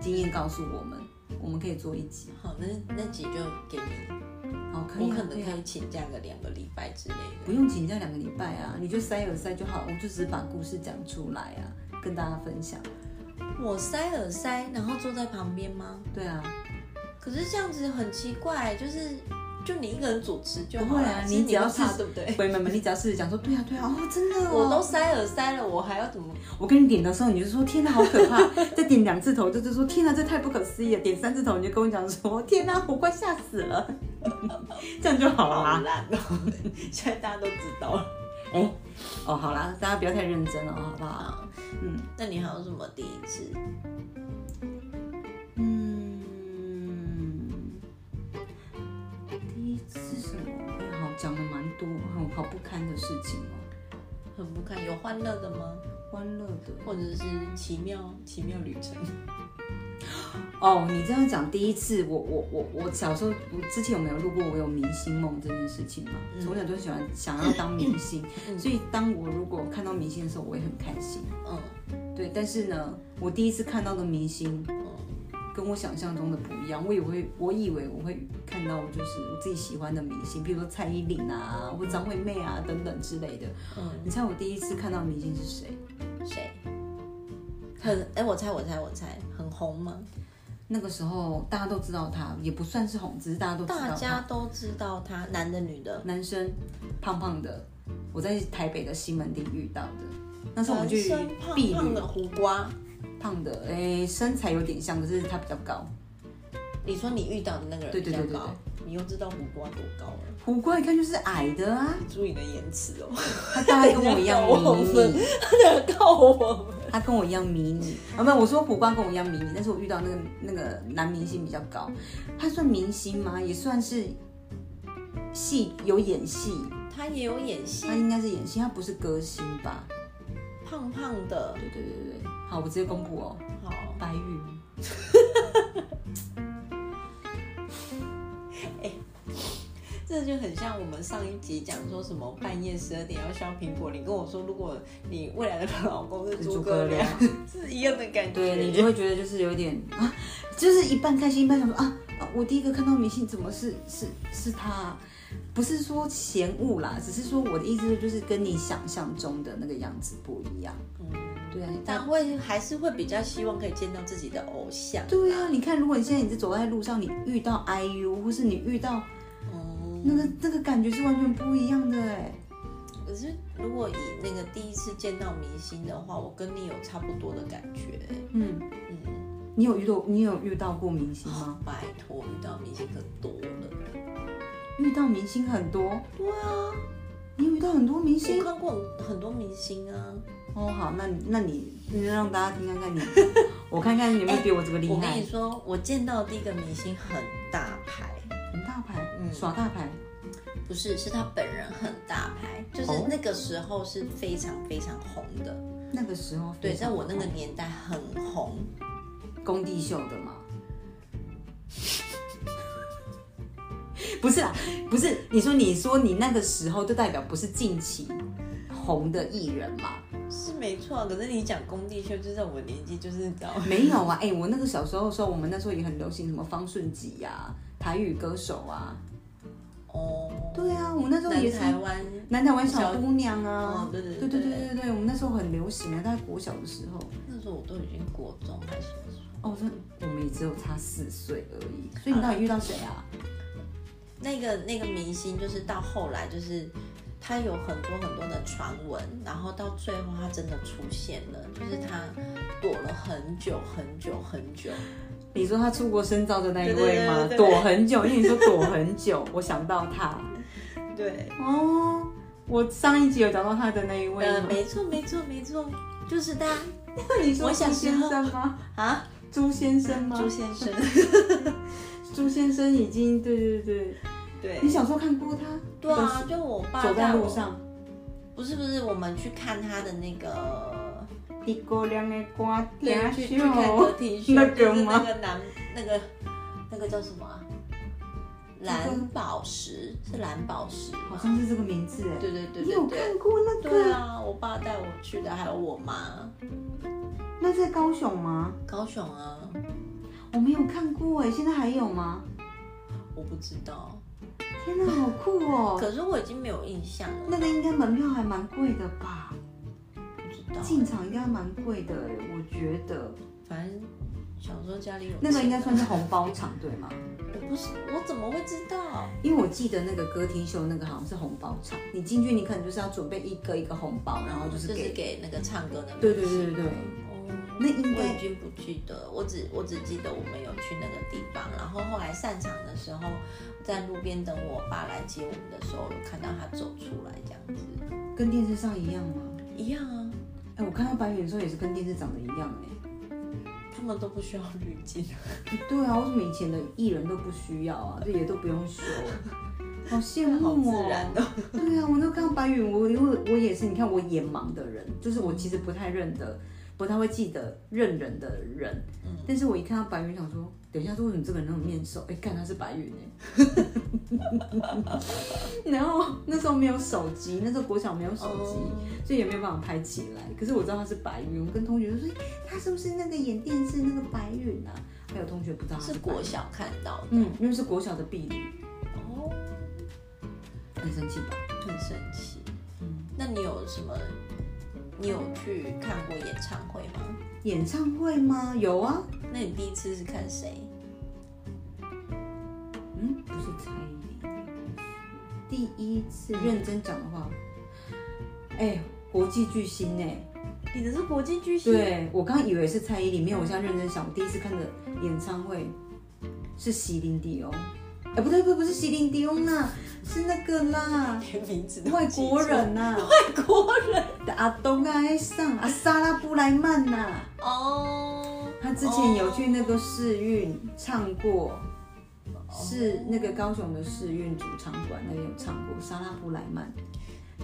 S1: 经验告诉我们，我们可以做一集。
S2: 好，那那集就给你，
S1: 哦，可以、
S2: 我
S1: 啊，
S2: 可能
S1: 对啊
S2: 可以请假个两个礼拜之类的。
S1: 不用请假两个礼拜啊，你就塞耳塞就好，我就只是把故事讲出来啊，跟大家分享。
S2: 我塞耳塞，然后坐在旁边吗？
S1: 对啊，
S2: 可是这样子很奇怪，就是就你一个人主持就好
S1: 不会
S2: 了，
S1: 啊
S2: 是
S1: 你只要
S2: 会怕
S1: 是
S2: 对不 对？
S1: 鬼妹们，你只要试着讲说，对啊对啊，哦，真的哦，
S2: 哎我都塞耳塞了，我还要怎么？
S1: 我跟你点的时候，你就说天哪，好可怕！ 再点两次头，就是说天哪，这太不可思议了。点三次头，你就跟我讲说天哪，我快吓死了， 这样就好啊了
S2: 好
S1: 啦。
S2: 烂哦！ 现在大家都知道了。
S1: 哎、哦，好啦，大家不要太认真了，好不好？
S2: 好，
S1: 嗯
S2: 那你还有什么第一次？
S1: 嗯，第一次什么？哎，好，讲的蛮多，很好不堪的事情哦，
S2: 很不堪，有欢乐的吗？
S1: 欢乐的。
S2: 或者是奇妙奇妙旅程？
S1: 哦，你这样讲，第一次我我我我小时候，我之前有没有录过我有明星梦这件事情嘛？
S2: 嗯
S1: 从小就喜欢想要当明星，所以当我如果看到明星的时候，我也很开心。
S2: 嗯
S1: 对，但是呢，我第一次看到的明星
S2: 嗯，
S1: 跟我想象中的不一样，我以为我以为我会看到就是我自己喜欢的明星，比如说蔡依林啊，或张惠妹啊等等之类的。
S2: 嗯
S1: 你猜我第一次看到的明星是谁？
S2: 谁？很哎、我猜我猜我猜，很红吗？
S1: 那个时候大家都知道他，也不算是红，只是大家都知道他。
S2: 大家都知道他，男的女的，
S1: 男生，胖胖的，我在台北的西门町遇到的。那时候我们去
S2: 男生胖
S1: 避
S2: 胖
S1: 旅，
S2: 的胡瓜。
S1: 胖的，哎、身材有点像，可是他比较高。
S2: 你说你遇到的那个人
S1: 对
S2: 比
S1: 对
S2: 较
S1: 对对
S2: 高，你又知道胡瓜多高了？
S1: 胡瓜一看就是矮的啊，
S2: 你注意你的言辞哦，
S1: 他大概跟我一样
S2: 我
S1: 迷
S2: 们
S1: 你，
S2: 告我们。
S1: 他跟我一样迷你。啊，不，我说胡瓜跟我一样迷你，但是我遇到那个那个男明星比较高，他算明星吗？也算是戏有演戏，
S2: 他也有演戏
S1: 他，应该是演戏，他不是歌星吧？
S2: 胖胖的，
S1: 对对对对对，好，我直接公布哦，
S2: 好，
S1: 白玉。
S2: 这就很像我们上一集讲说什么半夜十二点要削苹果，你跟我说如果你未来的老公是诸葛亮， 是一样的感觉。
S1: 对你就会觉得就是有点啊，就是一半开心一半想说啊啊，我第一个看到明星怎么是是是他啊、不是说嫌恶啦，只是说我的意思就是跟你想象中的那个样子不一样。
S2: 嗯，
S1: 对啊，大
S2: 但会还是会比较希望可以见到自己的偶像。
S1: 对啊，你看，如果你现在你是走在路上，你遇到 IU 或是你遇到
S2: 嗯，
S1: 那个那个感觉是完全不一样的哎。
S2: 可是如果以那个第一次见到明星的话，我跟你有差不多的感觉。
S1: 嗯，
S2: 嗯，哦
S1: 你有遇到你有遇到过明星吗？
S2: 拜托，遇到明星可多了。
S1: 遇到明星很多，
S2: 对啊，
S1: 你有遇到很多明星
S2: 我。看过很多明星啊。
S1: 哦，好，那你那你你让大家听看看你， 我看看有没有比我这个厉
S2: 嗯我跟
S1: 害
S2: 你，说，我见到第一个明星很大牌，
S1: 很大牌，
S2: 嗯
S1: 耍大牌，
S2: 不是，是他本人很大牌，就是
S1: 哦
S2: 那个时候是非常非常红的。
S1: 那个时候
S2: 对，
S1: 非常
S2: 在我那个
S1: 红
S2: 年代很红。
S1: 工地秀的嘛。 不是啦，不是，你说你说你那个时候就代表不是近期红的艺人嘛？
S2: 是没错，可是你讲工地秀，就在我年纪，就是你知道，
S1: 没有啊，哎、我那个小时候的时候，我们那时候也很流行什么方顺吉呀、台语歌手啊。
S2: 哦，
S1: 对啊，我们那时候也
S2: 南
S1: 是
S2: 台湾
S1: 南台湾小姑娘啊
S2: 哦。对对
S1: 对
S2: 对
S1: 对对对对，我们那时候很流行啊，在国小的时候。
S2: 那时候我都已经国中还是什么
S1: 哦，这我们也只有差四岁而已，所以你到底遇到谁啊？
S2: 那个那个明星，就是到后来就是。他有很多很多的传闻，然后到最后他真的出现了，就是他躲了很久很久很久，
S1: 你说他出国深造的那一
S2: 对对
S1: 位吗？
S2: 对对对
S1: 躲很久，因为你说躲很久，我想到他。
S2: 对，
S1: 哦，我上一集有讲到他的那一位
S2: 呃，
S1: 吗？
S2: 没错没错没错，就是他
S1: 你说
S2: 我
S1: 朱
S2: 小时
S1: 先
S2: 候
S1: 生吗？
S2: 啊，
S1: 朱先生吗？
S2: 朱先生，
S1: 朱先生已经对对对，
S2: 对
S1: 你小时候看过他？
S2: 对啊，就我爸
S1: 走在
S2: 带我
S1: 路，上，
S2: 不是不是，我们去看他的那个，
S1: 一姑娘的歌
S2: 对，
S1: 听
S2: 去去看歌厅秀，
S1: 那
S2: 就
S1: 个
S2: 是那
S1: 吗？
S2: 个男那个那个叫什么、啊？蓝宝石是蓝宝石
S1: 好
S2: 吗？
S1: 像是这个名字哎。
S2: 对对对
S1: 你
S2: 对
S1: 有
S2: 对。
S1: 看过那
S2: 对
S1: 个？
S2: 啊，我爸带我去的，还有我妈，
S1: 那在高雄吗？
S2: 高雄啊，
S1: 我没有看过哎，现在还有吗？
S2: 我不知道，
S1: 天哪，好酷哦！
S2: 可是我已经没有印象了，
S1: 那个应该门票还蛮贵的吧？
S2: 不知道，
S1: 进场应该蛮贵的哎，我觉得
S2: 反正小时候家里有
S1: 那个应该
S2: 钱啊
S1: 算是红包场对吗？
S2: 我不是，我怎么会知道？
S1: 因为我记得那个歌厅秀那个好像是红包场，你进去你可能就是要准备一个一个红包，然后就是
S2: 就
S1: 给
S2: 是给那个唱歌的。
S1: 对对对对对，
S2: 哦，
S1: 那应
S2: 我
S1: 该
S2: 已经不记得，我只我只记得我们有去那个地方，然后后来散场的时候，在路边等我爸来接我们的时候，有看到他走出来这样子。
S1: 跟电视上一样吗？
S2: 一样啊，
S1: 哎、我看到白宇的时候也是跟电视长得一样哎、
S2: 他们都不需要滤镜。
S1: 对啊，为什么以前的艺人都不需要啊？这也都不用 修，好羡慕
S2: 好
S1: 哦。
S2: 自然的。
S1: 对啊，我都看到白宇，我因为我也是，你看我眼盲的人，就是我其实不太认得，不太会记得认人的人。
S2: 嗯
S1: 但是我一看到白宇，想说，等一下，为什么这个人那么面熟？哎、看他是白宇哎、 然后那时候没有手机，那时候国小没有手机。
S2: 哦
S1: 所以也没有办法拍起来。可是我知道他是白云，我跟同学就说哎他是不是那个演电视那个白云啊？还有同学不知道他
S2: 是
S1: 是白
S2: 国，小看到的，
S1: 嗯，因为是国小的婢女，
S2: 哦，
S1: 很生气吧？
S2: 很神奇。
S1: 嗯，
S2: 那你有什么？你有去看过演唱会吗？
S1: 演唱会吗？有啊，
S2: 那你第一次是看谁？
S1: 嗯，不是蔡依林，第一次认真讲的话，哎、国际巨星哎、
S2: 你的是国际巨星，
S1: 对我刚以为是蔡依林，没有，我现在认真想，我第一次看的演唱会是席琳迪翁，哎、不对不对，不是席琳迪翁啦，是那个啦。
S2: 连名字都
S1: 外
S2: 记
S1: 国
S2: 错
S1: 人呐、
S2: 外国人
S1: 阿东啊，爱上啊，莎拉布莱曼啊呐、
S2: 哦。
S1: 他之前有去那个世运唱过，
S2: 哦
S1: 是那个高雄的世运主场馆那边有唱过莎拉布莱曼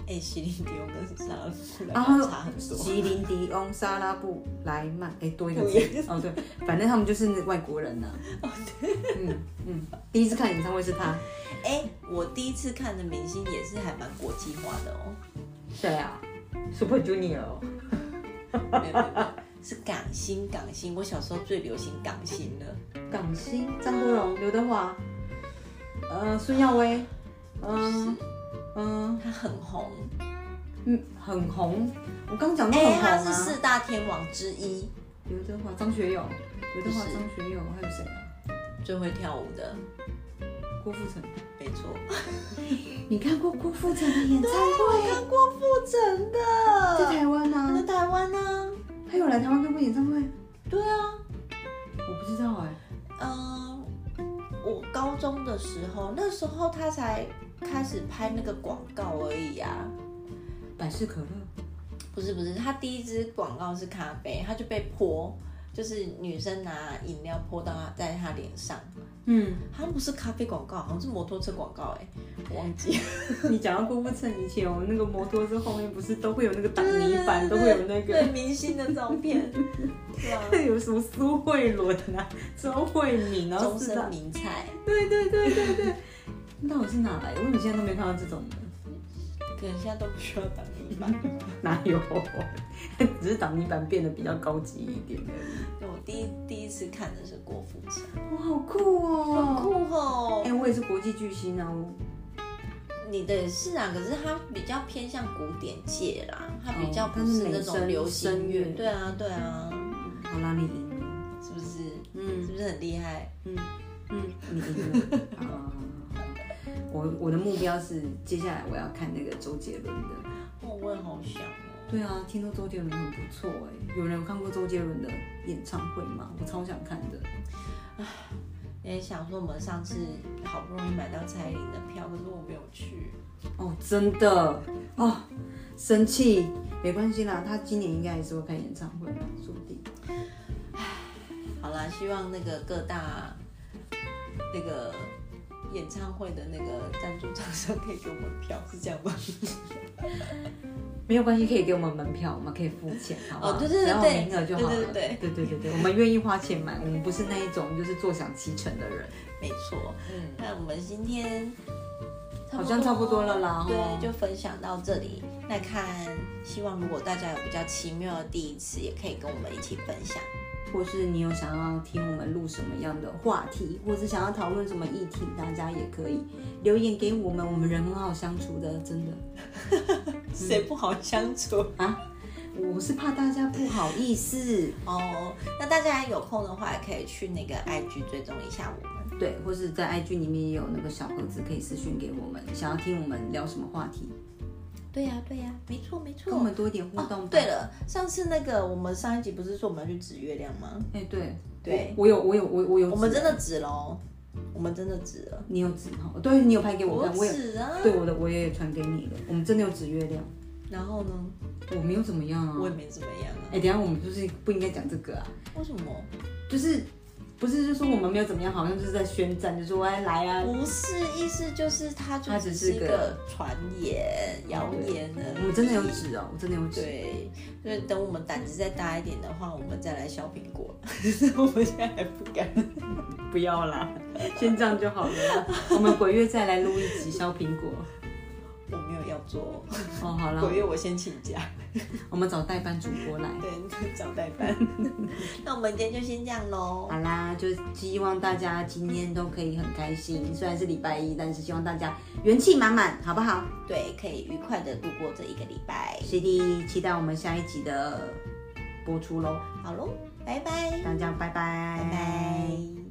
S2: 哎、席琳迪翁跟莎拉布莱
S1: 啊
S2: 曼差很多，
S1: 吉林迪翁、莎拉布莱 曼，哎，多一个
S2: 不
S1: 字哦，对，反正他们就是那外国人呐、
S2: 哦
S1: 嗯嗯，第一次看演唱会是他，
S2: 哎、我第一次看的明星也是还蛮国际化的哦，
S1: 谁啊？Super Junior，哦
S2: 没有没有没有，是港星港星，我小时候最流行港星了，
S1: 港星张国荣、刘德华，呃，孙耀威，嗯、嗯。
S2: 他很红，
S1: 嗯，很红。我刚讲到
S2: 哎、
S1: 很红
S2: 他是
S1: 啊。
S2: 四大天王之一，
S1: 刘德华、张学友，刘德华、
S2: 不是
S1: 张学友，还有谁啊？
S2: 最会跳舞的，
S1: 郭富城。
S2: 没错，
S1: 你看过郭富城的演唱
S2: 我
S1: 会？
S2: 看郭富城
S1: 在
S2: 的，
S1: 台湾
S2: 在
S1: 啊，
S2: 台湾啊，
S1: 他有来台湾看过演唱会？
S2: 对啊，
S1: 我不知道哎、
S2: 嗯，我高中的时候，那时候他才开始拍那个广告而已啊。
S1: 百事可乐，
S2: 不是不是，他第一支广告是咖啡，他就被泼，就是女生拿饮料泼到他在他脸上。
S1: 嗯，
S2: 好像不是咖啡广告，好像是摩托车广告、哎，我忘记了。
S1: 你讲到郭富城以前，我那个摩托车后面不是都会有那个挡
S2: 对
S1: 泥
S2: 对
S1: 板，
S2: 对
S1: 都会有那
S2: 对
S1: 个，
S2: 明星的照片，对啊，
S1: 有什么苏慧伦啊、周慧敏，然后
S2: 终
S1: 是的
S2: 身，名菜，
S1: 对对对对对，那到底是哪来的？为什么现在都没看到这种的？
S2: 可能现在都不需要当明板。
S1: 哪有？ 只是挡泥板变得比较高级一点而已。
S2: 对我第一第一次看的是郭富城，
S1: 哇，好酷哦！
S2: 酷哦
S1: 哎、。我也是国际巨星啊！我
S2: 你的也是啊，可是它比较偏向古典界啦，它比较
S1: 哦
S2: 不
S1: 它是
S2: 是
S1: 美
S2: 那种
S1: 声
S2: 流行
S1: 声
S2: 乐。
S1: 乐
S2: 对啊，对啊，
S1: 好啦，你赢了，
S2: 是不是？
S1: 嗯
S2: 是不是很厉害？
S1: 嗯嗯，你赢了。好好好好我我的目标是接下来我要看那个周杰伦的。
S2: 哦，我也好想哦。
S1: 对啊，听说周杰伦很不错哎、有人有看过周杰伦的演唱会吗？我超想看的。
S2: 也想说我们上次好不容易买到蔡依林的票，可是我没有去。
S1: 哦，真的哦，生气没关系啦，他今年应该还是会开演唱会，说不定。
S2: 好啦，希望那个各大那个演唱会的那个赞助厂商可以给我们票，是这样吗？
S1: 没有关系，可以给我们门票，我们可以付钱，好不好？
S2: 哦对对对
S1: 只要有名额就
S2: 对
S1: 好了。
S2: 对对
S1: 对对对对我们愿意花钱买，我们不是那一种就是坐享其成的人。
S2: 没错。
S1: 嗯，
S2: 那我们今天
S1: 好像差不多了啦哦
S2: 对，就分享到这里。那看，希望如果大家有比较奇妙的第一次，也可以跟我们一起分享。
S1: 或是你有想要听我们录什么样的话题，或是想要讨论什么议题，大家也可以留言给我们，我们人很好相处的，真的。
S2: 谁不好相处？
S1: 我是怕大家不好意思，
S2: 哦，那大家有空的话，也可以去那个 IG 追踪一下我们。
S1: 对，或是在 IG 里面也有那个小盒子可以私讯给我们，想要听我们聊什么话题，
S2: 对呀、对呀、没错没错。
S1: 跟我们多一点互动、
S2: 哦，对，了，上次那个我们上一集不是说我们要去指月亮吗？
S1: 哎、对，
S2: 对
S1: 我我有我有我我有指，
S2: 我们真的指喽，我们真的指了，
S1: 你有指哈？对你有拍给我看，我也
S2: 指啊。
S1: 对我的我也传给你了，我们真的有指月亮，
S2: 然后呢，
S1: 我没有怎么样啊。
S2: 我也没怎么样啊
S1: 哎、。等一下我们就是不应该讲这个啊，
S2: 为什么？
S1: 就是不是就说我们没有怎么样，好像就是在宣战，就说哎来啊，
S2: 不是，意思就是它就
S1: 它
S2: 只
S1: 只
S2: 是
S1: 是
S2: 一个
S1: 个
S2: 传言、谣言而已
S1: 啊我们真的有。指哦，我真的有指。
S2: 对，就是等我们胆子再大一点的话，我们再来削苹果。 我们现在还不敢。
S1: 不要啦， 先这样就好了啦。我们鬼月再来录一集削苹果。
S2: 我没有要做，
S1: 哦，好啦
S2: 鬼，月我先请假，
S1: 我们找代班主播来。
S2: 对，找代班。 那我们今天就先这样喽。
S1: 好啦，就希望大家今天都可以很开心，虽然是礼拜一，但是希望大家元气满满，好不好？
S2: 对，可以愉快的度过这一个礼拜。
S1: c D，期待我们下一集的播出喽，
S2: 好喽，拜拜，
S1: 大家拜拜，
S2: 拜拜。